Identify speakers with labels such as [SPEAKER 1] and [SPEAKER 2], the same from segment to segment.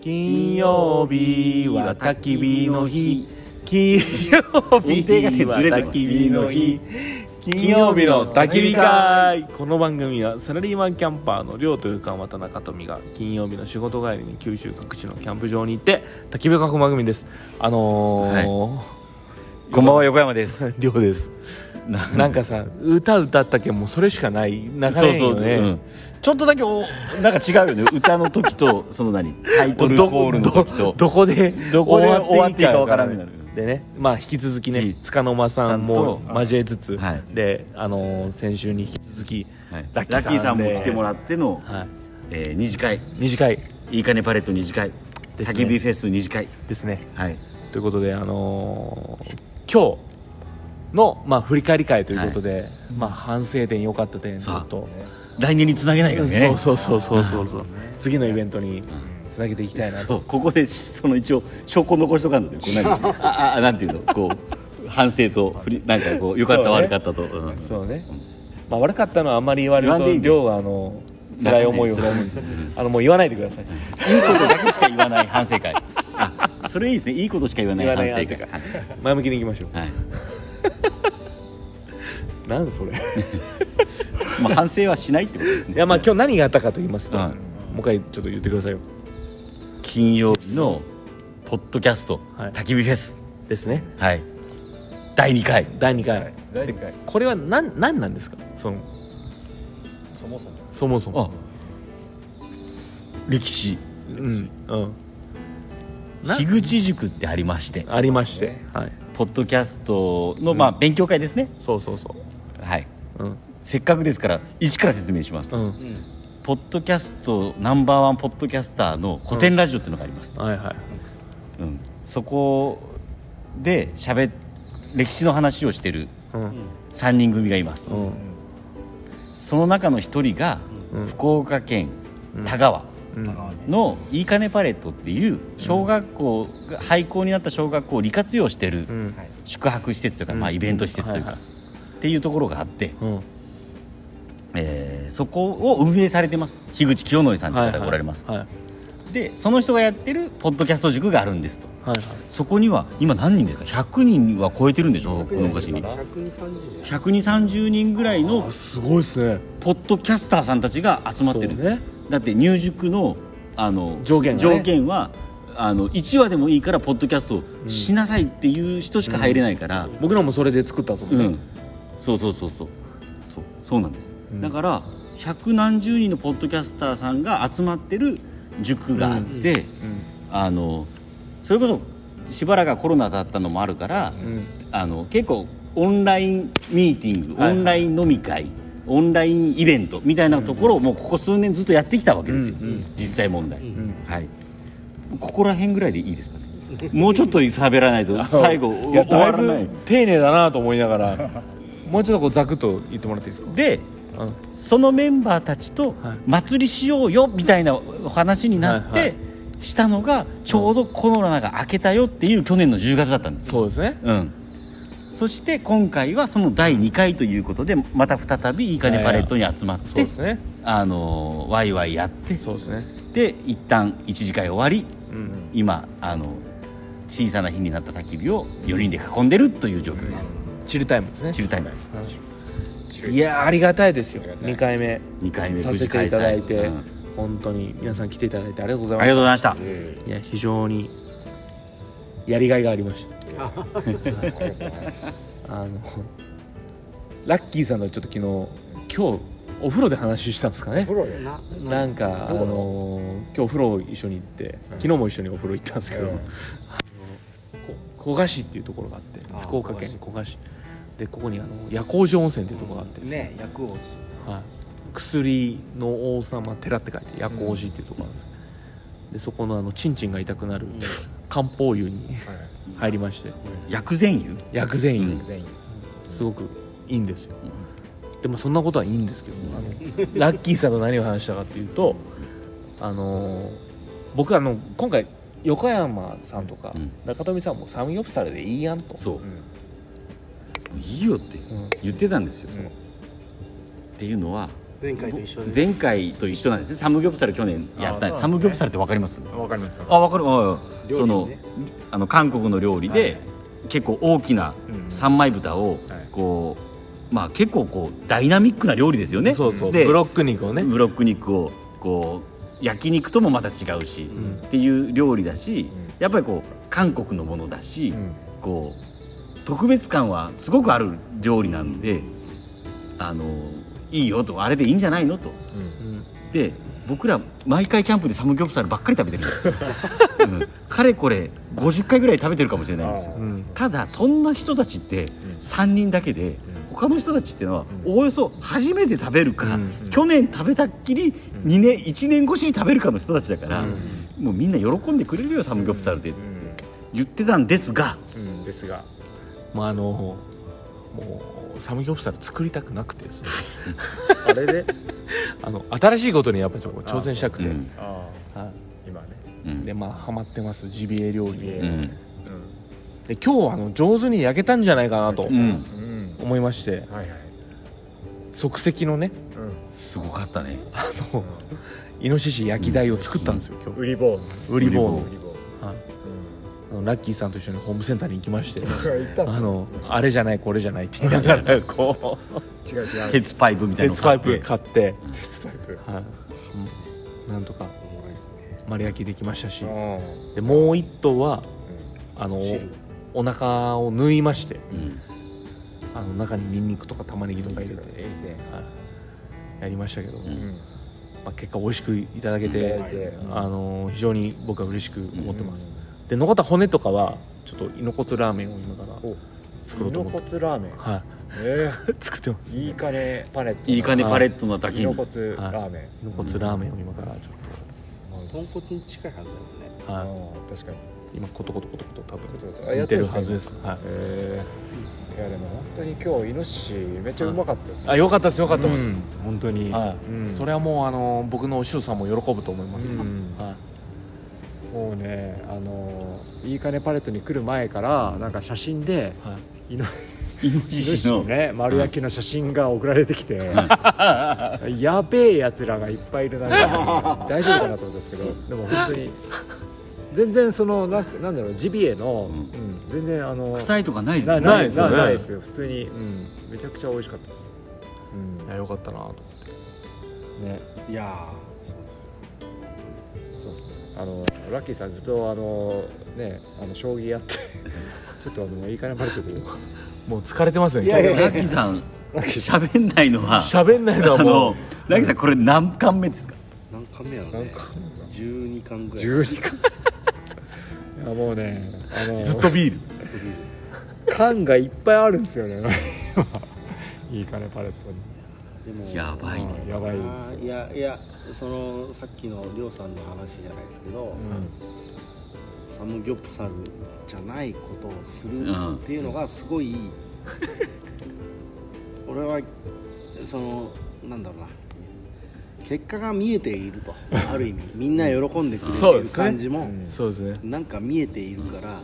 [SPEAKER 1] 金曜日は焚き火の日金曜日は焚き火の日金曜日の焚き火会この番組はサラリーマンキャンパーの亮というか渡中富が金曜日の仕事帰りに九州各地のキャンプ場に行って焚き火を囲む番組ですあのー
[SPEAKER 2] こんばんは横山です。
[SPEAKER 1] 亮ですなんかさ歌歌ったけんもうそれしかない流れよね
[SPEAKER 2] そうそううんちょっとだけお なんか違うよね。歌の時とその何タイトル
[SPEAKER 1] ど
[SPEAKER 2] コールの時
[SPEAKER 1] ど
[SPEAKER 2] と。
[SPEAKER 1] どこでど
[SPEAKER 2] こで
[SPEAKER 1] 終わっていいかわからん
[SPEAKER 2] 終わっていいかわからん
[SPEAKER 1] でねまあ引き続き
[SPEAKER 2] い
[SPEAKER 1] ね
[SPEAKER 2] い
[SPEAKER 1] 束の間さんも
[SPEAKER 2] さんと
[SPEAKER 1] 交えつつ、
[SPEAKER 2] はい
[SPEAKER 1] であのー先週に引き続き、
[SPEAKER 2] はい
[SPEAKER 1] ラ
[SPEAKER 2] ラ
[SPEAKER 1] ッキー
[SPEAKER 2] ッ
[SPEAKER 1] さ
[SPEAKER 2] キ
[SPEAKER 1] んで
[SPEAKER 2] ーさんも来てもらっての、
[SPEAKER 1] はい、
[SPEAKER 2] えー、二次会
[SPEAKER 1] 二次会
[SPEAKER 2] いいかねパレット二次会
[SPEAKER 1] です
[SPEAKER 2] 焚
[SPEAKER 1] ね
[SPEAKER 2] き火フェス二次会
[SPEAKER 1] ですね
[SPEAKER 2] はい
[SPEAKER 1] ということであのー今日のまあ振り返り会ということで、まあ反省点良かった点ち
[SPEAKER 2] そ
[SPEAKER 1] ょ
[SPEAKER 2] う
[SPEAKER 1] っと
[SPEAKER 2] 来年につなげないからね。
[SPEAKER 1] そうそうそうそうそうそう次のイベントにつなげていきたいなと
[SPEAKER 2] そうここでその一応証拠残しとかんのでこう何ああなんていうのこう反省と振りなんかこう良かった、
[SPEAKER 1] そうね
[SPEAKER 2] 悪かったと。うん
[SPEAKER 1] そうね、まあ、悪かったのはあんまり言われる
[SPEAKER 2] 言わんで
[SPEAKER 1] と
[SPEAKER 2] いいね
[SPEAKER 1] 亮はあの辛い思いをする
[SPEAKER 2] なんで
[SPEAKER 1] あのもう言わないでください
[SPEAKER 2] いいことだけしか言わない反省会。あそれいいですね。いいことしか言わな
[SPEAKER 1] 言わ
[SPEAKER 2] い
[SPEAKER 1] ない
[SPEAKER 2] 反
[SPEAKER 1] や
[SPEAKER 2] 省
[SPEAKER 1] つが
[SPEAKER 2] 会。
[SPEAKER 1] 前向きにいきましょ
[SPEAKER 2] はい。
[SPEAKER 1] うなんそれい
[SPEAKER 2] まあ反省はしないってことですね。
[SPEAKER 1] やまあ今日何があったかと言いますと、
[SPEAKER 2] はい
[SPEAKER 1] もう一回ちょっと言ってくださいよ
[SPEAKER 2] 金曜日のポッドキャスト、
[SPEAKER 1] はい
[SPEAKER 2] 焚き火フェス、
[SPEAKER 1] ですね
[SPEAKER 2] はい、第2回
[SPEAKER 1] 第2回、
[SPEAKER 3] はい第二回
[SPEAKER 1] でこれは何何なんですかその
[SPEAKER 3] そもそも
[SPEAKER 1] そもそも
[SPEAKER 2] あ歴史
[SPEAKER 1] うんうんな
[SPEAKER 2] 樋口塾ってありまして
[SPEAKER 1] ありまして、はい
[SPEAKER 2] ポッドキャストの、まあ、勉強会ですね、
[SPEAKER 1] そうそうそ
[SPEAKER 2] はい、
[SPEAKER 1] ううん
[SPEAKER 2] せっかくですから一から説明します、
[SPEAKER 1] うん
[SPEAKER 2] ポッドキャストナンバーワンポッドキャスターの古典ラジオっていうのがあります、
[SPEAKER 1] はいはい
[SPEAKER 2] うんそこで喋っ歴史の話をしてる
[SPEAKER 1] うん
[SPEAKER 2] 3人組がいます、
[SPEAKER 1] うん
[SPEAKER 2] その中の一人が、
[SPEAKER 1] うん
[SPEAKER 2] 福岡県田川、
[SPEAKER 1] うん
[SPEAKER 2] のいいかねパレットっていう小学校が廃校になった小学校を利活用して
[SPEAKER 1] う
[SPEAKER 2] る
[SPEAKER 1] ん
[SPEAKER 2] 宿泊施設というか、
[SPEAKER 1] うん
[SPEAKER 2] まあ、イベント施設というか、
[SPEAKER 1] はい
[SPEAKER 2] っていうところがあって、
[SPEAKER 1] うん
[SPEAKER 2] えーそこを運営されてます樋口清則さんという方がおられます、
[SPEAKER 1] はいはい
[SPEAKER 2] でその人がやってるポッドキャスト塾があるんですと
[SPEAKER 1] はいはい
[SPEAKER 2] そこには今何人ですか100人は超えてるんでしょこの昔に
[SPEAKER 3] 130
[SPEAKER 2] 120人ぐらいの
[SPEAKER 1] あすごいっすね
[SPEAKER 2] ポッドキャスターさんたちが集まってるんです
[SPEAKER 1] そうね
[SPEAKER 2] だって入塾のあの
[SPEAKER 1] 条件がね
[SPEAKER 2] はあの1話でもいいからポッドキャストをしなさいっていう人しか入れないから、
[SPEAKER 1] 僕らもそれで作ったぞ
[SPEAKER 2] うん
[SPEAKER 1] ね、
[SPEAKER 2] そうそうそうそうそうそうなんです、
[SPEAKER 1] うん
[SPEAKER 2] だから百何十人のポッドキャスターさんが集まってる塾があって、あのそれこそしばらくはコロナだったのもあるから、
[SPEAKER 1] うん
[SPEAKER 2] あの結構オンラインミーティング
[SPEAKER 1] はいは
[SPEAKER 2] オ
[SPEAKER 1] い
[SPEAKER 2] ンライン飲み会、オンラインイベントみたいなところをもうここ数年ずっとやってきたわけですよ、
[SPEAKER 1] うんうん
[SPEAKER 2] 実際問題、
[SPEAKER 1] ん
[SPEAKER 2] はいここら辺ぐらいでいいですかね もうちょっと喋らないと最後
[SPEAKER 1] いや
[SPEAKER 2] 終
[SPEAKER 1] だ
[SPEAKER 2] わ
[SPEAKER 1] い
[SPEAKER 2] らない
[SPEAKER 1] ぶ丁寧だなと思いなが らもうちょっとこうざくっと言ってもらっていいですか
[SPEAKER 2] で
[SPEAKER 1] うん
[SPEAKER 2] そのメンバーたちと
[SPEAKER 1] はい
[SPEAKER 2] 祭りしようよみたいなお話になって、
[SPEAKER 1] はいはい
[SPEAKER 2] したのがちょうどコロナが明けたよっていう去年の10月だったんですよ
[SPEAKER 1] そうですね
[SPEAKER 2] うん、そして今回はその第2回ということでまた再びいいかねパレットに集まっ
[SPEAKER 1] そう
[SPEAKER 2] て
[SPEAKER 1] ですね
[SPEAKER 2] あのーワイワイやって
[SPEAKER 1] そうですね
[SPEAKER 2] で一旦一次会終わり
[SPEAKER 1] うん
[SPEAKER 2] 今あの小さな火になった焚き火を4人で囲んでるという状況です、
[SPEAKER 1] チルタイムですね
[SPEAKER 2] チルタイム
[SPEAKER 1] うんいやーありがたいですよ2回目
[SPEAKER 2] 2回目
[SPEAKER 1] さ
[SPEAKER 2] 無
[SPEAKER 1] せ
[SPEAKER 2] 事
[SPEAKER 1] て
[SPEAKER 2] 開
[SPEAKER 1] いただ
[SPEAKER 2] 催
[SPEAKER 1] いて、
[SPEAKER 2] うん
[SPEAKER 1] 本当に皆さん来ていただいてありがとうござい
[SPEAKER 2] あ
[SPEAKER 1] ま
[SPEAKER 2] りがと
[SPEAKER 1] し
[SPEAKER 2] うございました、
[SPEAKER 3] え
[SPEAKER 1] たいや非常にやりがいがありましたあのラッキーさんとちょっと昨日今日お風呂で話したんですかね
[SPEAKER 3] プロやな
[SPEAKER 1] なんかあ
[SPEAKER 3] どうだろう
[SPEAKER 1] のー今日お風呂一緒に行って昨日も一緒にお風呂行ったんですけど、
[SPEAKER 3] うん
[SPEAKER 1] あのこ古賀市っていうところがあって
[SPEAKER 3] あー
[SPEAKER 1] 福岡県古賀市でここにあの夜光寺温泉っていうところがあって、
[SPEAKER 3] ね薬王子
[SPEAKER 1] はい、薬の王様寺って書いて夜光寺っていうところなんです、でそこのあのチンチンが痛くなる漢方湯に入りまして
[SPEAKER 2] 薬膳湯
[SPEAKER 1] 薬膳湯、
[SPEAKER 2] うん
[SPEAKER 3] 全員
[SPEAKER 1] すごくいいんですよ、でもそんなことはいいんですけど、あのラッキーさんと何を話したかっていうとあのー僕あの今回横山さんとか、
[SPEAKER 2] うん
[SPEAKER 1] 中富さんもサムギョプサルでいいやんと
[SPEAKER 2] そううんいいよって
[SPEAKER 1] うん
[SPEAKER 2] 言ってたんですよ、
[SPEAKER 3] うん
[SPEAKER 2] っていうのは
[SPEAKER 4] 前回と一緒で
[SPEAKER 2] 前回と一緒なんですねサムギョプサル去年やったんです
[SPEAKER 3] あ
[SPEAKER 2] サ
[SPEAKER 3] ーそうなんですね
[SPEAKER 2] ムギョプサルってわかります
[SPEAKER 3] わかりますよ
[SPEAKER 2] あわかるわかる
[SPEAKER 3] 料
[SPEAKER 2] そ
[SPEAKER 3] 理ね
[SPEAKER 2] のあの韓国の料理
[SPEAKER 3] はい
[SPEAKER 2] で結構大きな
[SPEAKER 3] うん
[SPEAKER 2] 三枚豚を
[SPEAKER 3] はい
[SPEAKER 2] こうまあ結構こうダイナミックな料理ですよね
[SPEAKER 1] そうそう
[SPEAKER 2] で
[SPEAKER 1] ブロック肉をね
[SPEAKER 2] ブロック肉をこう焼肉ともまた違うし、
[SPEAKER 1] ん
[SPEAKER 2] っていう料理だし、
[SPEAKER 3] うん
[SPEAKER 2] やっぱりこう韓国のものだし、
[SPEAKER 3] うん
[SPEAKER 2] こう特別感はすごくある料理なんで、あのいいよとあれでいいんじゃないのとで僕ら毎回キャンプでサムギョプサルばっかり食べてるんですよ、うんかれこれ50回ぐらい食べてるかもしれないんですよ
[SPEAKER 3] あー
[SPEAKER 1] うん
[SPEAKER 2] ただそんな人たちって3人だけで、他の人たちっていうのは
[SPEAKER 3] うん
[SPEAKER 2] おおよそ初めて食べるか、
[SPEAKER 1] うん
[SPEAKER 2] 去年食べたっきり2年1年越しに食べるかの人たちだから、
[SPEAKER 1] うん
[SPEAKER 2] もうみんな喜んでくれるよサムギョプサルで
[SPEAKER 3] うん
[SPEAKER 2] 言ってたんですが
[SPEAKER 3] うんうんですが
[SPEAKER 1] まああのもうサムギョプサル作りたくなくてですね
[SPEAKER 3] あれで
[SPEAKER 1] あの新しいことにやっぱちょっと挑戦したくて
[SPEAKER 2] うん
[SPEAKER 3] あ
[SPEAKER 1] は
[SPEAKER 3] ー今ね
[SPEAKER 2] う
[SPEAKER 1] いで
[SPEAKER 2] ん
[SPEAKER 1] まあハマってますジビエ料理
[SPEAKER 3] ジビエ
[SPEAKER 2] う
[SPEAKER 1] で
[SPEAKER 2] ん
[SPEAKER 1] 今日はあの上手に焼けたんじゃないかなと
[SPEAKER 2] うん
[SPEAKER 3] うんうん
[SPEAKER 1] 思いまして
[SPEAKER 3] はいはい
[SPEAKER 1] 即席のね
[SPEAKER 3] う
[SPEAKER 2] すごかったね
[SPEAKER 1] あのイノシシ焼き台を作ったんですよ今
[SPEAKER 3] ん売り棒
[SPEAKER 1] 日ウリボーの
[SPEAKER 3] 売り棒
[SPEAKER 1] はい
[SPEAKER 3] うん
[SPEAKER 1] あのラッキーさんと一緒にホームセンターに行きま して
[SPEAKER 3] 行った
[SPEAKER 1] あのあれじゃないこれじゃないって言いながらこ う
[SPEAKER 3] 違う違う
[SPEAKER 2] 鉄パイプみたいなの
[SPEAKER 1] 鉄
[SPEAKER 2] を
[SPEAKER 1] パ
[SPEAKER 2] 買
[SPEAKER 1] イ
[SPEAKER 2] って
[SPEAKER 1] プ買って、
[SPEAKER 3] 鉄パイプ
[SPEAKER 1] はいうんなんとか
[SPEAKER 3] おもろいですね
[SPEAKER 1] 丸焼きできましたし
[SPEAKER 3] う
[SPEAKER 1] でもう一頭は
[SPEAKER 3] ん
[SPEAKER 1] あの
[SPEAKER 3] 汁
[SPEAKER 1] お腹を縫いまして
[SPEAKER 2] うん
[SPEAKER 1] あの中にニンニクとか玉ねぎとか入れて、
[SPEAKER 3] いいですね
[SPEAKER 1] はいやりましたけど、
[SPEAKER 2] ん
[SPEAKER 3] うん
[SPEAKER 1] まあ、結果美味しくいただけて、
[SPEAKER 3] いただいて
[SPEAKER 1] あの非常に僕は嬉しく思ってます、で残った骨とかはちょっと猪骨ラーメンを今から
[SPEAKER 3] お
[SPEAKER 1] 作ろうと思って
[SPEAKER 3] 猪骨ラーメン
[SPEAKER 1] はい
[SPEAKER 3] え
[SPEAKER 1] 作ってます
[SPEAKER 3] えいいかねパレット
[SPEAKER 2] いい金パレットのだけに
[SPEAKER 3] 猪骨ラーメン
[SPEAKER 1] 猪骨ラーメンを今からちょっ
[SPEAKER 4] 豚骨に近いはずだもんね
[SPEAKER 1] と、はい
[SPEAKER 3] うん確かに
[SPEAKER 1] 今コトコトコトコト多
[SPEAKER 3] コトコトあ
[SPEAKER 1] 分
[SPEAKER 3] や
[SPEAKER 1] 似
[SPEAKER 3] っててる
[SPEAKER 1] る
[SPEAKER 3] んですか
[SPEAKER 1] はずですはい
[SPEAKER 3] ええいやでも本当に今日イノシシめっちゃうまかったです
[SPEAKER 1] あ良かったです良かったです、
[SPEAKER 3] うん
[SPEAKER 1] 本当に、はい
[SPEAKER 3] うん
[SPEAKER 1] それはもうあの僕のお師匠さんも喜ぶと思います、
[SPEAKER 3] うん
[SPEAKER 1] はい
[SPEAKER 3] もうねあのーいいかねパレットに来る前からなんか写真で
[SPEAKER 1] はい
[SPEAKER 3] イノ
[SPEAKER 2] イノ
[SPEAKER 3] イノ
[SPEAKER 2] シ
[SPEAKER 3] シ
[SPEAKER 2] シ
[SPEAKER 3] シ
[SPEAKER 2] の
[SPEAKER 3] のね丸焼きの写真が送られてきてやべえやつらがいっぱいいるなみたいな大丈夫かなと思ったんですけどでも本当に全然そのななんだろうジビエの、
[SPEAKER 2] うん
[SPEAKER 3] うん全然あの
[SPEAKER 2] 臭いとかないです
[SPEAKER 3] な
[SPEAKER 2] よ
[SPEAKER 1] な
[SPEAKER 3] ない
[SPEAKER 1] で
[SPEAKER 3] いですす
[SPEAKER 1] よね
[SPEAKER 3] ないですよ普通に、うん、めちゃくちゃ美味しかったです、う
[SPEAKER 1] い
[SPEAKER 3] ん
[SPEAKER 1] や良かったなと思って
[SPEAKER 3] ね
[SPEAKER 4] いや
[SPEAKER 3] そうですねあのラッキーさんずっとあのねあの将棋やって ちょっとあのいいかなバレてるけど
[SPEAKER 1] もう疲れてますね
[SPEAKER 3] いやいやいや
[SPEAKER 2] ラッキーさん喋んないのは
[SPEAKER 1] 喋んないのは
[SPEAKER 2] あ
[SPEAKER 1] もう
[SPEAKER 2] のラッキーさんこれ何巻目ですか
[SPEAKER 4] 何巻目やろね12巻ぐらい
[SPEAKER 3] 12巻いやもうねあの
[SPEAKER 1] ずっとビール
[SPEAKER 4] ずっとビールです
[SPEAKER 3] 缶がいっぱいあるんですよねいいかねパレットに
[SPEAKER 4] でも
[SPEAKER 2] やばいね
[SPEAKER 3] うんやばいです
[SPEAKER 4] あーいやいやそのさっきのりょうさんの話じゃないですけど、サムギョプサルじゃないことをするっていうのがすごい、俺はそのなんだろうな結果が見えているとある意味みんな喜んでく
[SPEAKER 1] そうで
[SPEAKER 4] れてる
[SPEAKER 1] すね
[SPEAKER 4] 感じも、
[SPEAKER 1] そうですね
[SPEAKER 4] なんか見えているから、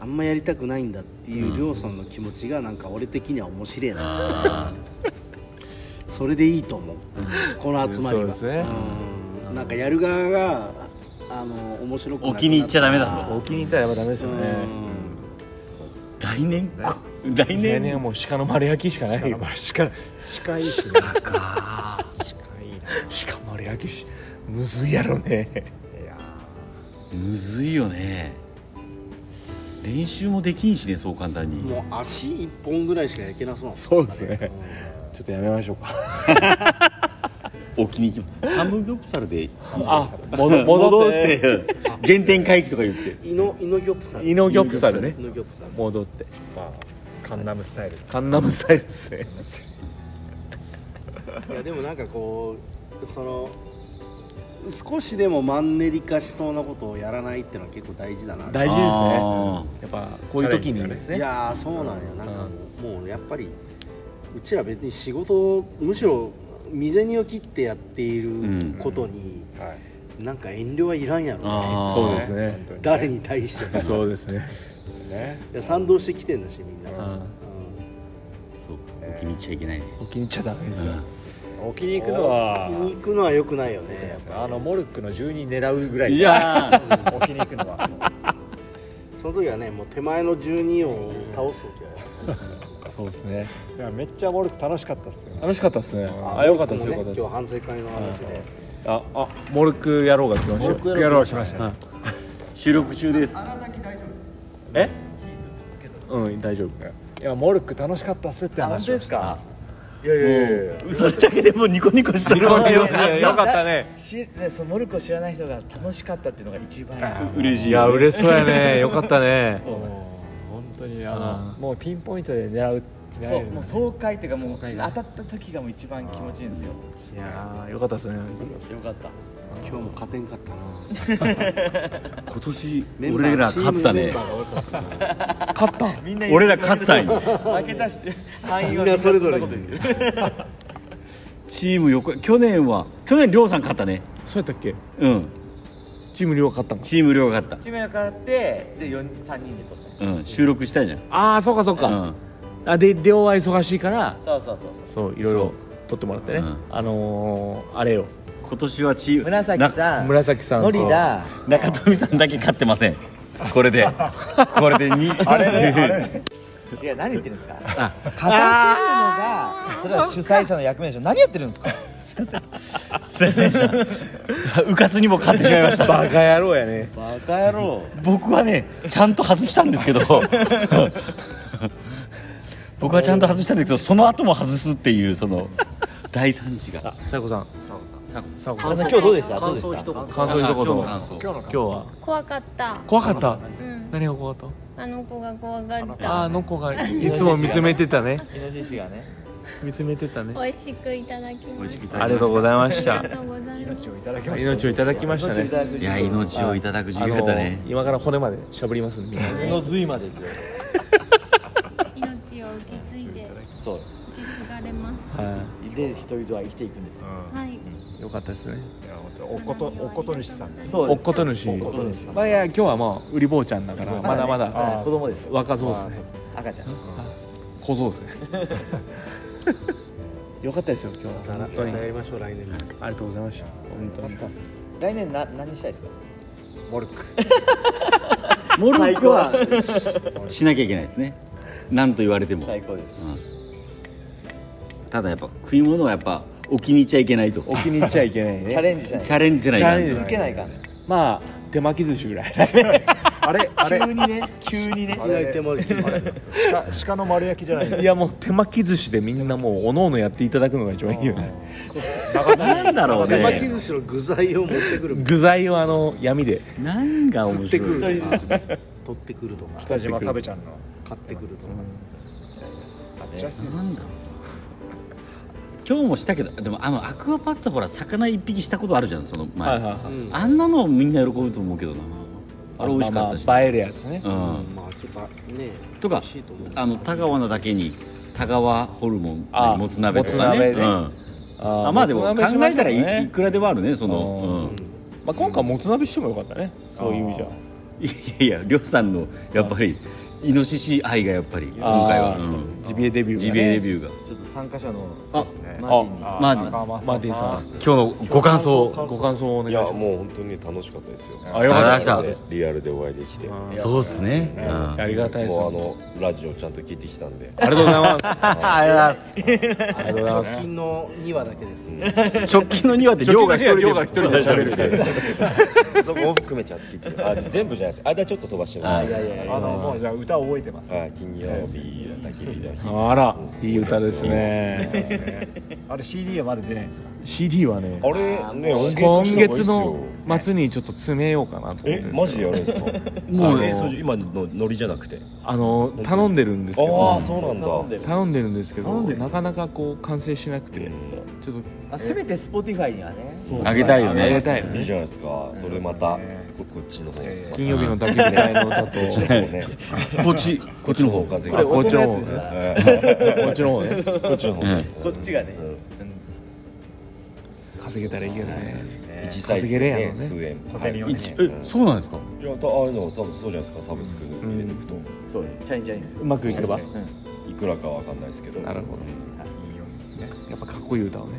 [SPEAKER 4] あんまやりたくないんだっていうりょうさんの気持ちがなんか俺的には面白いな
[SPEAKER 2] あ
[SPEAKER 4] それでいいと思う、この集ま
[SPEAKER 1] そ
[SPEAKER 4] り
[SPEAKER 1] う
[SPEAKER 4] は
[SPEAKER 1] ですね
[SPEAKER 4] うんなんかやる側があの面白くなくな
[SPEAKER 2] お気に入っちゃダメだと
[SPEAKER 1] お気に入ったらやっぱダメですよね
[SPEAKER 2] ー
[SPEAKER 4] う
[SPEAKER 2] 来年こ来
[SPEAKER 1] 来年は
[SPEAKER 2] 年
[SPEAKER 1] もう鹿の丸焼きしかないよ
[SPEAKER 3] 鹿鹿鹿いいしね
[SPEAKER 2] か
[SPEAKER 3] 鹿いい
[SPEAKER 1] 鹿丸焼きしむずいやろね
[SPEAKER 3] ないや
[SPEAKER 2] むずいよね練習もできんしねそう簡単
[SPEAKER 4] ん
[SPEAKER 2] に
[SPEAKER 4] もう足一本ぐらいしかいけなそうな
[SPEAKER 1] そうですねちょっとやめましょうか
[SPEAKER 2] お気に入りサムギョプサルで
[SPEAKER 1] あ戻戻って
[SPEAKER 2] 原点回帰とか言って
[SPEAKER 4] イノイノギョプサル
[SPEAKER 1] イノギョプサルね
[SPEAKER 4] イノギョプサル
[SPEAKER 1] 戻って
[SPEAKER 3] まあカンナムスタイル
[SPEAKER 1] カンナムスタイルっすね
[SPEAKER 4] いやでもなんかこうその少しでもマンネリ化しそうなことをやらないっていうのは結構大事だな
[SPEAKER 1] 大事ですね
[SPEAKER 2] あ
[SPEAKER 1] やっぱこういう時にです
[SPEAKER 4] い
[SPEAKER 1] ね
[SPEAKER 4] やーそうなんよなんかもう,、もうやっぱりうちら別に仕事をむしろ未然を切ってやっていることに、
[SPEAKER 3] はい
[SPEAKER 4] なんか遠慮はいらんやろ
[SPEAKER 2] あー
[SPEAKER 4] っ
[SPEAKER 1] そうですね
[SPEAKER 4] て誰に対してもい
[SPEAKER 1] そうですね
[SPEAKER 3] ね
[SPEAKER 4] や賛同してきてんだしみんな、
[SPEAKER 1] ん
[SPEAKER 4] うん
[SPEAKER 2] ーそうお気に入っちゃいけないね
[SPEAKER 1] お気に入っちゃダメですよ
[SPEAKER 2] うん
[SPEAKER 3] 置きに行くのは
[SPEAKER 4] 気に行くのは良くないよねやっぱり
[SPEAKER 3] あのモルックの12狙うぐらい
[SPEAKER 2] いや
[SPEAKER 3] 置きに行くのは
[SPEAKER 4] その時はねもう手前の12を倒す時は
[SPEAKER 1] そうですね
[SPEAKER 3] いやめっちゃモルック楽しかったっすよ
[SPEAKER 1] 楽しかったですねあよかったです
[SPEAKER 4] 僕
[SPEAKER 1] よかった
[SPEAKER 4] もね
[SPEAKER 1] です
[SPEAKER 4] 今日反省会の話で
[SPEAKER 1] ああモルック野郎が来ましたよ
[SPEAKER 2] ー
[SPEAKER 3] やろうしましたよ
[SPEAKER 2] 収録中です
[SPEAKER 1] えうん大丈夫
[SPEAKER 3] いやモルック楽しかったっすって話
[SPEAKER 4] ですか
[SPEAKER 3] いやいやいやいや
[SPEAKER 2] それだけでもうニコニコして る
[SPEAKER 1] よかったね
[SPEAKER 5] しねそのモルコを知らない人が楽しかったっていうのが一番いい
[SPEAKER 2] 嬉しい
[SPEAKER 1] いや嬉しそうやねよかったね
[SPEAKER 3] もう本当にあ
[SPEAKER 1] あ
[SPEAKER 3] のもうピンポイントで狙う狙
[SPEAKER 5] そ
[SPEAKER 3] え
[SPEAKER 5] う
[SPEAKER 3] る
[SPEAKER 5] もう爽快っていうかもう当たった時がもう一番気持ちいいんですよ
[SPEAKER 1] いやーよかったですね
[SPEAKER 5] よかった
[SPEAKER 4] 今日も勝てんかったな
[SPEAKER 2] 今年
[SPEAKER 4] メンバー
[SPEAKER 2] 俺ら
[SPEAKER 4] チーム
[SPEAKER 2] 勝った
[SPEAKER 4] メン
[SPEAKER 2] ね
[SPEAKER 4] バーが多かったな
[SPEAKER 1] 勝った
[SPEAKER 5] みんな
[SPEAKER 2] 俺ら勝ったんよ
[SPEAKER 5] 負けたし敗因は
[SPEAKER 4] みんなそれぞれに
[SPEAKER 5] みんなそんなこと言ってる
[SPEAKER 2] チーム横去年は去年亮さん勝ったね
[SPEAKER 1] そうやったっけ
[SPEAKER 2] うん
[SPEAKER 1] チーム両勝ったん
[SPEAKER 2] チーム亮が勝っ、
[SPEAKER 5] チームが変わってで四人三人で取った
[SPEAKER 2] うん、収録したじゃん
[SPEAKER 1] ああそうかそう
[SPEAKER 2] うん
[SPEAKER 1] か、あで両は忙しいから
[SPEAKER 5] たそうそうそうそう
[SPEAKER 1] そういろいろ撮ってもらってね、
[SPEAKER 2] うん
[SPEAKER 1] あのー、あれよ
[SPEAKER 2] 今年はチーム
[SPEAKER 5] 紫さん
[SPEAKER 1] 紫さんと
[SPEAKER 5] ノリだ
[SPEAKER 2] な中富さんだけ勝ってませんこれでこれで2あ れ、
[SPEAKER 5] 違う何言ってるんですか勝たせるのがそれは主催者の役目でしょ何やってるんですか
[SPEAKER 2] 先生さんうかつにも勝ってしまいました
[SPEAKER 1] バカ野郎やね
[SPEAKER 5] バカ野郎
[SPEAKER 2] 僕はねちゃんと外したんですけど僕はちゃんと外したんですけどその後も外すっていうその大惨事が
[SPEAKER 1] あさやこさんさやこさん
[SPEAKER 5] 原さん今日どうでしたどうでした
[SPEAKER 1] 感想一言
[SPEAKER 2] 今日の感想
[SPEAKER 1] 今日は
[SPEAKER 6] 怖かった、
[SPEAKER 1] 怖かった
[SPEAKER 6] うん、
[SPEAKER 1] 何が怖かっ
[SPEAKER 6] あの子が怖がった
[SPEAKER 1] たあー
[SPEAKER 6] た
[SPEAKER 1] の子がいつも見つめてたね
[SPEAKER 5] イノシシがね
[SPEAKER 1] 見つめてたね
[SPEAKER 6] 美味しくいただきまし
[SPEAKER 1] ありがとうございました
[SPEAKER 6] あ
[SPEAKER 1] た
[SPEAKER 6] りがとうございます
[SPEAKER 3] 命をいただきました
[SPEAKER 1] 命をいただきましたね
[SPEAKER 5] だく
[SPEAKER 2] いや命をいただく
[SPEAKER 1] あ
[SPEAKER 2] 授
[SPEAKER 1] の
[SPEAKER 2] 業だね、
[SPEAKER 1] ー今から骨までしゃぶりますんで
[SPEAKER 5] 自分の髄まで行くよ
[SPEAKER 6] 命を受け継いで受
[SPEAKER 5] そう
[SPEAKER 6] け継がれます
[SPEAKER 1] は
[SPEAKER 5] で人々は生きていくんですよ
[SPEAKER 6] はい
[SPEAKER 1] いよかったですね
[SPEAKER 3] いや本当おことおこと主さんね
[SPEAKER 5] そう
[SPEAKER 1] お
[SPEAKER 5] で
[SPEAKER 1] っ
[SPEAKER 5] す
[SPEAKER 1] こと主
[SPEAKER 5] おっこと主
[SPEAKER 1] まあいや今日はもう売り坊ちゃんだからまだま
[SPEAKER 5] ね
[SPEAKER 1] だ
[SPEAKER 5] あー子供ですよ
[SPEAKER 1] 若そうですね
[SPEAKER 5] 赤ちゃん
[SPEAKER 1] 小僧 ですねよかったですよ今日は本当に
[SPEAKER 4] やりましょう来年も
[SPEAKER 1] ありがとうございました本当に
[SPEAKER 5] 来年な何したいですか
[SPEAKER 3] モルック
[SPEAKER 2] モルックはししなきゃいけないですね何と言われても
[SPEAKER 5] 最高です
[SPEAKER 2] ただやっぱ食い物はやっぱ置きにいっちゃいけないと
[SPEAKER 1] お気に入っちゃいけない
[SPEAKER 5] チャレ
[SPEAKER 1] ね
[SPEAKER 5] ンジじゃない
[SPEAKER 2] チャレンジせない
[SPEAKER 1] チャレンジ
[SPEAKER 5] 続けないか
[SPEAKER 1] まあ手巻き寿司ぐらい
[SPEAKER 3] あれあれ
[SPEAKER 5] 急にね急 にね
[SPEAKER 4] 左手も
[SPEAKER 3] 鹿鹿の丸焼きじゃな い
[SPEAKER 1] いやもう手巻き寿司でみんなもうおのおのやっていただくのが一番いいよね
[SPEAKER 2] なんだろう
[SPEAKER 4] 手巻き
[SPEAKER 2] ね
[SPEAKER 4] 寿司の具材を持ってくる
[SPEAKER 1] 具材をあの闇で
[SPEAKER 2] 何が
[SPEAKER 4] 釣
[SPEAKER 2] 面
[SPEAKER 4] ってく
[SPEAKER 2] 白
[SPEAKER 4] る
[SPEAKER 2] い
[SPEAKER 4] 取
[SPEAKER 2] のかな
[SPEAKER 4] ってくるとか
[SPEAKER 3] 北島サベちゃんの
[SPEAKER 4] 買ってくるとか
[SPEAKER 3] チラシ寿
[SPEAKER 2] なん
[SPEAKER 3] 司
[SPEAKER 2] だ今日もしたけどでもあのアクアパッツァほら魚一匹したことあるじゃんその前、
[SPEAKER 1] はいはいはい
[SPEAKER 4] うん
[SPEAKER 2] あんなのみんな喜ぶと思うけどなあれ美味しかったし、
[SPEAKER 1] まあまあ映えるやつね
[SPEAKER 2] うん、
[SPEAKER 4] まあちょっとね
[SPEAKER 2] とか
[SPEAKER 4] 美味しいと思う
[SPEAKER 2] あの田川のだけに田川ホルモン
[SPEAKER 1] あ
[SPEAKER 2] もつ鍋とか
[SPEAKER 1] もつ
[SPEAKER 2] ね
[SPEAKER 1] 鍋
[SPEAKER 2] う
[SPEAKER 1] ね
[SPEAKER 2] ん、
[SPEAKER 1] あー
[SPEAKER 2] あまあでも
[SPEAKER 1] も
[SPEAKER 2] 考
[SPEAKER 1] つ鍋しましょう
[SPEAKER 2] えたらい,、
[SPEAKER 1] ね
[SPEAKER 2] くらではあるねその、
[SPEAKER 1] まあ今回もつ鍋してもよかったねそういう意味じゃ
[SPEAKER 2] うん、いやいや亮さんのやっぱりイノシシ愛がやっぱり今回は、
[SPEAKER 1] あ
[SPEAKER 2] う
[SPEAKER 1] ー
[SPEAKER 2] ん、
[SPEAKER 1] ジビエデビューがね
[SPEAKER 2] ジビエデビューが
[SPEAKER 5] ちょっと参加者の
[SPEAKER 2] あ
[SPEAKER 5] マーティ
[SPEAKER 2] マーティ
[SPEAKER 7] あ
[SPEAKER 5] ンに
[SPEAKER 2] ン
[SPEAKER 3] マ
[SPEAKER 1] マーティンさん
[SPEAKER 2] 今日のご感想を
[SPEAKER 1] ご感想をお願
[SPEAKER 7] い
[SPEAKER 1] いし
[SPEAKER 7] や
[SPEAKER 1] ます
[SPEAKER 7] もう本当に楽しかったですよ
[SPEAKER 1] あよかった
[SPEAKER 2] あり
[SPEAKER 1] で
[SPEAKER 2] が
[SPEAKER 1] す
[SPEAKER 7] リアルでお会いできても
[SPEAKER 2] そうですね、うん
[SPEAKER 1] ありがたいです
[SPEAKER 7] うあ
[SPEAKER 1] 本
[SPEAKER 7] のラジオちゃんと聞いてきたんで
[SPEAKER 1] 当にありがとうございます
[SPEAKER 2] ありがとうござい
[SPEAKER 1] ありがとうございます
[SPEAKER 4] 直近の2話だけです
[SPEAKER 2] ます直近の2話で亮が一人で
[SPEAKER 1] 亮が一人で喋る
[SPEAKER 7] そこも含めちゃんと聞いてあ全部じゃないです間ちょっと飛ばしてます
[SPEAKER 5] いやいやいや
[SPEAKER 3] あのもうじゃあ歌覚えてます
[SPEAKER 7] はい金曜日だ焚き火だ日
[SPEAKER 1] あらいい歌ですね
[SPEAKER 3] あれ CD はまだ出ないんですか
[SPEAKER 1] CD はね
[SPEAKER 7] あれね
[SPEAKER 1] 今月の末にちょっと詰めようかなと思って
[SPEAKER 7] え
[SPEAKER 1] るん
[SPEAKER 7] マ
[SPEAKER 1] です
[SPEAKER 7] ジ
[SPEAKER 1] けど
[SPEAKER 7] でやるんですか
[SPEAKER 1] もう
[SPEAKER 7] あえそう今のノリじゃなくて
[SPEAKER 1] あの頼んでるんですけ
[SPEAKER 7] あ
[SPEAKER 1] ど
[SPEAKER 7] あそうなんだ
[SPEAKER 1] 頼んでるんですけど
[SPEAKER 3] 頼んでる
[SPEAKER 1] なかなかこう完成しなくてちょっ
[SPEAKER 5] あせめて Spotify にはね
[SPEAKER 2] あげたいよ
[SPEAKER 1] とや
[SPEAKER 2] ね
[SPEAKER 1] りたいよ
[SPEAKER 7] いい
[SPEAKER 1] ね
[SPEAKER 7] じゃないですかそれまたここっちの方
[SPEAKER 3] え
[SPEAKER 1] 金曜日の焚き火台の歌と
[SPEAKER 7] ね
[SPEAKER 2] こっち
[SPEAKER 7] こっちの方風
[SPEAKER 1] あ
[SPEAKER 7] が
[SPEAKER 1] こっちの方
[SPEAKER 5] 音のやつです
[SPEAKER 1] ね
[SPEAKER 7] え
[SPEAKER 1] こっちの方ね
[SPEAKER 7] ーこっちの方
[SPEAKER 2] うん
[SPEAKER 5] こっちがね
[SPEAKER 1] 稼げたらいいけどね
[SPEAKER 7] 実際
[SPEAKER 1] 稼げれやろね
[SPEAKER 7] 数円
[SPEAKER 3] 稼ぎようね
[SPEAKER 7] はい
[SPEAKER 2] えそうなんですか
[SPEAKER 7] いやたああいうの多分そうじゃないですかサブスクに入れていくと、
[SPEAKER 5] そうチャリンチャリンですよ
[SPEAKER 1] うまくいけば
[SPEAKER 7] いくらかわかんないですけど
[SPEAKER 1] なるほどやっぱかっこいい歌をね
[SPEAKER 7] ね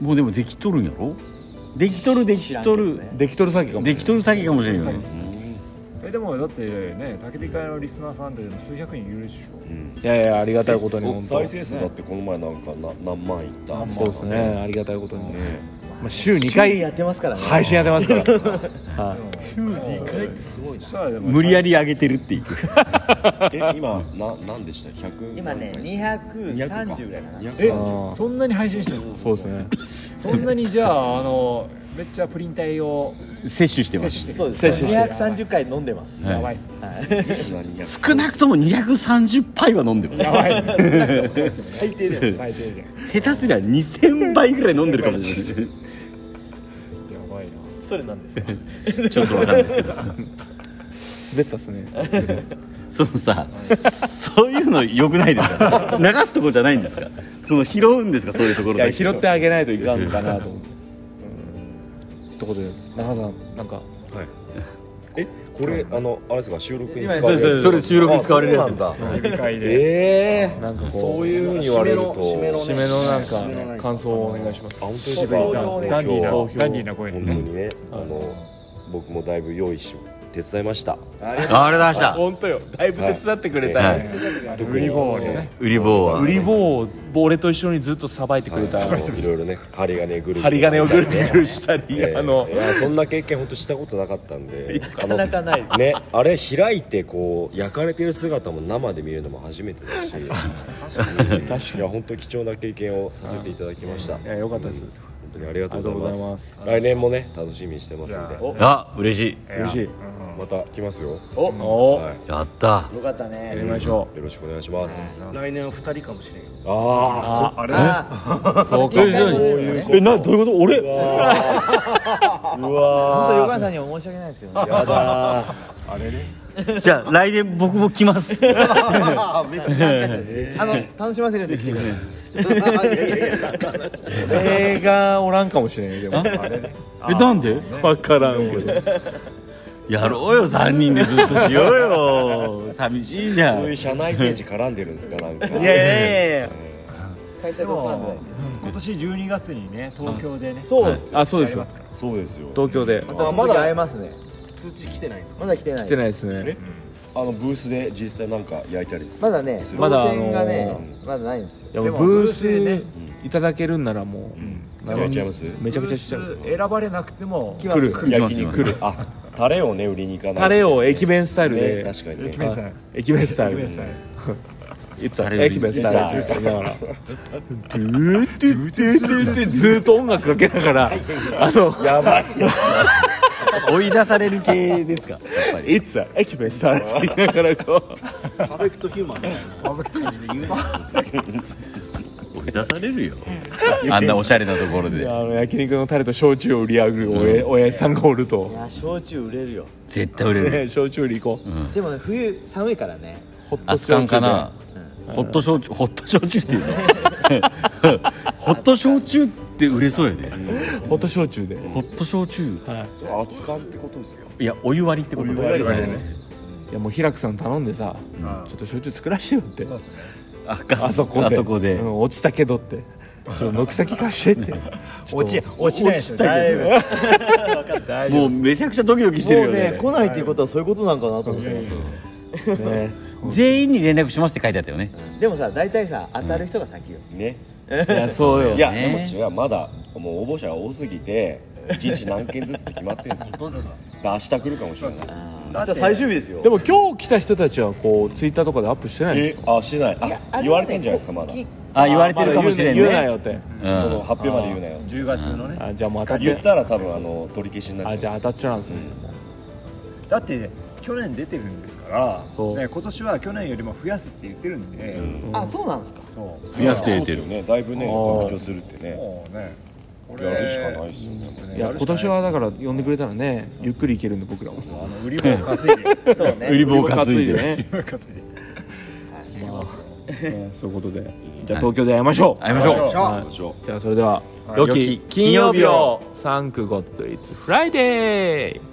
[SPEAKER 2] もうでもできとるんやろできとるできとる
[SPEAKER 1] できとる詐欺かも
[SPEAKER 2] できとる詐欺かもしれんよね
[SPEAKER 3] えでもだってね焚き火会のリスナーさんって数百人いるでし
[SPEAKER 1] いやいやありがたいことに本当
[SPEAKER 7] 再生数だってこの前なんかな何万いった
[SPEAKER 1] そうですねありがたいことにまあ週2回
[SPEAKER 5] やってますからね
[SPEAKER 1] 配信やってます から
[SPEAKER 3] ょしたらでも
[SPEAKER 2] 無理やり上げてるっていう
[SPEAKER 7] え今な何でした100
[SPEAKER 5] 今ね230ぐらいかな
[SPEAKER 3] え
[SPEAKER 1] あー
[SPEAKER 3] そんなに配信してるんですか
[SPEAKER 1] そうですね
[SPEAKER 3] そんなにじゃああのめっちゃプリン体を
[SPEAKER 2] 摂取してま
[SPEAKER 3] 摂
[SPEAKER 2] す
[SPEAKER 3] 取して
[SPEAKER 5] そう
[SPEAKER 3] る
[SPEAKER 5] ですね
[SPEAKER 1] 摂取
[SPEAKER 5] 230回飲んでます
[SPEAKER 2] はい
[SPEAKER 3] やばいっす
[SPEAKER 2] 少なくとも230杯は飲んでる
[SPEAKER 3] やばいっす
[SPEAKER 5] 最 低でも
[SPEAKER 3] 最低限
[SPEAKER 2] 下手すりゃ2000杯ぐらい飲んでるかもしれない
[SPEAKER 3] やばいな
[SPEAKER 5] それなんですよ
[SPEAKER 2] ちょっとわかんないですけど
[SPEAKER 1] 滑ったっすね
[SPEAKER 2] そのさそういうの良くないです か流すとこじゃないんですかその拾うんですかそういうとこ
[SPEAKER 1] い
[SPEAKER 2] ろ
[SPEAKER 1] や
[SPEAKER 2] で
[SPEAKER 1] 拾ってあげないといかんかなと思ってうんとことで中澤さんなんか
[SPEAKER 7] えこれあのあれですか収録に
[SPEAKER 5] 今
[SPEAKER 7] 使
[SPEAKER 5] やっ
[SPEAKER 7] われる
[SPEAKER 2] それ収録に使われるやつ
[SPEAKER 7] あそうなんだ
[SPEAKER 3] 理解で
[SPEAKER 7] ええ
[SPEAKER 1] なんかこう
[SPEAKER 7] そういうふうに言われると
[SPEAKER 4] 締めの
[SPEAKER 1] 締めのなんか感想をお願いします
[SPEAKER 7] あ本当に
[SPEAKER 4] 締めの
[SPEAKER 7] ダン
[SPEAKER 3] ダンディーな
[SPEAKER 1] 総評
[SPEAKER 3] ダンディーな声
[SPEAKER 7] 本当にねあの僕もだいぶ用意し手伝いました
[SPEAKER 2] あれ出した
[SPEAKER 1] 本当よだいぶ手伝ってくれ
[SPEAKER 7] は
[SPEAKER 1] た
[SPEAKER 7] い
[SPEAKER 3] 売り棒でね
[SPEAKER 2] 売り棒は
[SPEAKER 1] 売り棒を俺と一緒にずっとさばいてくれた
[SPEAKER 7] はいいろいろね針金ぐるぐる
[SPEAKER 1] 針金をぐるぐるしたり
[SPEAKER 7] ええ
[SPEAKER 1] あの
[SPEAKER 7] いやそんな経験本当したことなかったんでな
[SPEAKER 5] なかなかないです
[SPEAKER 7] ねあれ開いてこう焼かれてる姿も生で見るのも初めてだしいや本当貴重な経験をさせていただきました
[SPEAKER 1] いやよかったです
[SPEAKER 7] 本当にありがとうございます
[SPEAKER 1] あ
[SPEAKER 7] 来年もね楽しみにしてますんでお
[SPEAKER 2] あ嬉しい
[SPEAKER 1] 嬉しい
[SPEAKER 7] また来ますよ
[SPEAKER 1] お
[SPEAKER 7] はい
[SPEAKER 2] やった
[SPEAKER 5] よかった
[SPEAKER 1] やり
[SPEAKER 5] ね
[SPEAKER 1] ましょ
[SPEAKER 7] よろしくお願いします
[SPEAKER 4] 来年は2人かもしれんよ
[SPEAKER 7] あ
[SPEAKER 3] あれ
[SPEAKER 1] うそうか
[SPEAKER 5] そういうのね
[SPEAKER 2] えなどういうこと俺
[SPEAKER 7] あうわ
[SPEAKER 5] 本当横山さんにも申し訳ないですけどね
[SPEAKER 7] ーやだ
[SPEAKER 3] あれね
[SPEAKER 2] じゃあ来年僕も来ます
[SPEAKER 5] あの楽しませるんで来てください
[SPEAKER 1] 映画おらんかもしれんよでも
[SPEAKER 2] えなんで
[SPEAKER 1] 分からんけど
[SPEAKER 2] やろうよ3人でずっとしようよ寂しいじゃ
[SPEAKER 7] ー
[SPEAKER 2] ん
[SPEAKER 7] そういう社内政治絡んでるんですかなんかい
[SPEAKER 2] やいや
[SPEAKER 5] 会社
[SPEAKER 3] で
[SPEAKER 5] でファンぐらい
[SPEAKER 3] も今年12月にね東京でね
[SPEAKER 5] そうです
[SPEAKER 1] あそうですよ
[SPEAKER 7] そうですよ
[SPEAKER 1] 東京で
[SPEAKER 5] またその時会えますね
[SPEAKER 4] 通知来てないんですか
[SPEAKER 5] まだ来てない
[SPEAKER 1] 来てない
[SPEAKER 5] い
[SPEAKER 1] ですね
[SPEAKER 7] あのブースで実際なんか焼いたり
[SPEAKER 5] まだね
[SPEAKER 1] ま
[SPEAKER 5] ま
[SPEAKER 1] だ
[SPEAKER 5] だ
[SPEAKER 1] あのー
[SPEAKER 5] がねまだないんですよ
[SPEAKER 1] いやもう
[SPEAKER 3] でも
[SPEAKER 1] ブー
[SPEAKER 3] ブースで
[SPEAKER 1] ス
[SPEAKER 3] ね
[SPEAKER 1] いただけるんならもうなる
[SPEAKER 7] やっちゃいます
[SPEAKER 1] めちゃくちゃちっちゃい
[SPEAKER 3] 選ばれなくても
[SPEAKER 5] 来ます
[SPEAKER 1] 来る
[SPEAKER 5] 来
[SPEAKER 7] 焼き肉来るあタレをね売りに行かない
[SPEAKER 1] タレを駅弁スタイル
[SPEAKER 7] ね
[SPEAKER 1] で
[SPEAKER 7] 確かにね
[SPEAKER 3] 駅弁スタイル
[SPEAKER 1] あ駅弁スタイル
[SPEAKER 3] 来てください
[SPEAKER 1] いつ
[SPEAKER 2] あ
[SPEAKER 1] は
[SPEAKER 2] れ
[SPEAKER 1] 駅弁スタイル
[SPEAKER 7] いつ
[SPEAKER 1] だからドゥードゥードゥードゥードゥーずーっと音楽かけながらあの
[SPEAKER 7] やばい
[SPEAKER 2] 追い出される系ですかやっぱり
[SPEAKER 1] いつは駅弁スタイルって言いながらこう
[SPEAKER 4] パーフェクトヒューマンみたいなパーフェクトヒューマンで言う
[SPEAKER 2] 追い出されるよあんなおしゃれなところで
[SPEAKER 1] あの焼肉のタレと焼酎を売り上げるおやおやじさんがおると
[SPEAKER 5] いや焼酎売れるよ
[SPEAKER 2] 絶対売れる
[SPEAKER 1] ね焼酎売り行こう
[SPEAKER 5] でもね冬寒いからね
[SPEAKER 1] ホット
[SPEAKER 2] 熱燗
[SPEAKER 1] 焼酎
[SPEAKER 2] かなホット焼酎ホット焼酎っていうの ホット焼酎って売れそうよね
[SPEAKER 1] でホット焼酎で
[SPEAKER 2] ホット焼酎
[SPEAKER 7] そう熱燗ってことですよ
[SPEAKER 2] いやお湯割りってことだよね
[SPEAKER 1] いやもう平くさん頼んでさちょっと焼酎作らしてよって
[SPEAKER 2] あか
[SPEAKER 1] あそこで
[SPEAKER 2] あそこで
[SPEAKER 1] うん落ちたけどってちょっと軒先貸してって
[SPEAKER 5] 落ち落ちないですよ
[SPEAKER 2] もうめちゃくちゃドキドキしてる
[SPEAKER 5] も
[SPEAKER 2] よ
[SPEAKER 5] うね
[SPEAKER 2] ね
[SPEAKER 5] 来ないっていうことはそういうことなんかなと思ってますよ
[SPEAKER 1] ね
[SPEAKER 2] 全員に連絡しますって書いてあったよね
[SPEAKER 5] でもさ大体さ当たる人が先よ
[SPEAKER 7] ね
[SPEAKER 1] いやそうよ
[SPEAKER 7] いや
[SPEAKER 2] ね
[SPEAKER 7] でも違うまだもう応募者が多すぎ て1日何件ずつって決まってるんですよ明日来るかもしれない
[SPEAKER 5] 明日最終日ですよ
[SPEAKER 1] でも今日来た人たちはこうツイッターとかでアップしてないんです
[SPEAKER 7] え
[SPEAKER 1] か
[SPEAKER 7] あしてない
[SPEAKER 5] いや
[SPEAKER 7] あ
[SPEAKER 5] あはね
[SPEAKER 7] 言われてんじゃないですかまだ
[SPEAKER 5] き
[SPEAKER 2] あ言われてるかもしれん
[SPEAKER 1] 言うな
[SPEAKER 2] ね
[SPEAKER 1] よって
[SPEAKER 7] その発表まで言うなよ
[SPEAKER 4] 10月のね
[SPEAKER 1] あじゃあもう当たっ
[SPEAKER 7] 言ってたら多分あの取り消しにな
[SPEAKER 1] あ
[SPEAKER 7] っち
[SPEAKER 1] じゃ
[SPEAKER 7] ゃ
[SPEAKER 1] あ
[SPEAKER 7] う
[SPEAKER 1] 当たっちゃうんですね
[SPEAKER 8] だって去年出てるんですから、
[SPEAKER 1] そう
[SPEAKER 8] ね、今年は去年よりも増やすって言ってるんで、
[SPEAKER 5] あそうなんですか
[SPEAKER 8] そう
[SPEAKER 2] 増やして
[SPEAKER 7] そう
[SPEAKER 2] 言
[SPEAKER 7] っ
[SPEAKER 2] って
[SPEAKER 7] すよ
[SPEAKER 2] る
[SPEAKER 7] ねだいぶね
[SPEAKER 1] ー
[SPEAKER 7] 拡張するってね
[SPEAKER 8] もうねこ
[SPEAKER 7] やるしかないですよね
[SPEAKER 8] ね
[SPEAKER 1] いや
[SPEAKER 8] やるしかない
[SPEAKER 1] 今年はだから呼んでくれたらねゆっくり行けるんで僕らも
[SPEAKER 8] あの売り棒担いで
[SPEAKER 5] そう
[SPEAKER 2] 売り
[SPEAKER 5] ね
[SPEAKER 2] 棒担いで
[SPEAKER 1] ね
[SPEAKER 2] ね
[SPEAKER 8] 担いで
[SPEAKER 1] ねそういうことでじゃあ東京で会いましょう
[SPEAKER 2] 会いましょう
[SPEAKER 1] はいじゃあそれでは
[SPEAKER 2] 良き
[SPEAKER 1] 金曜日をサンクゴッドイツフライデー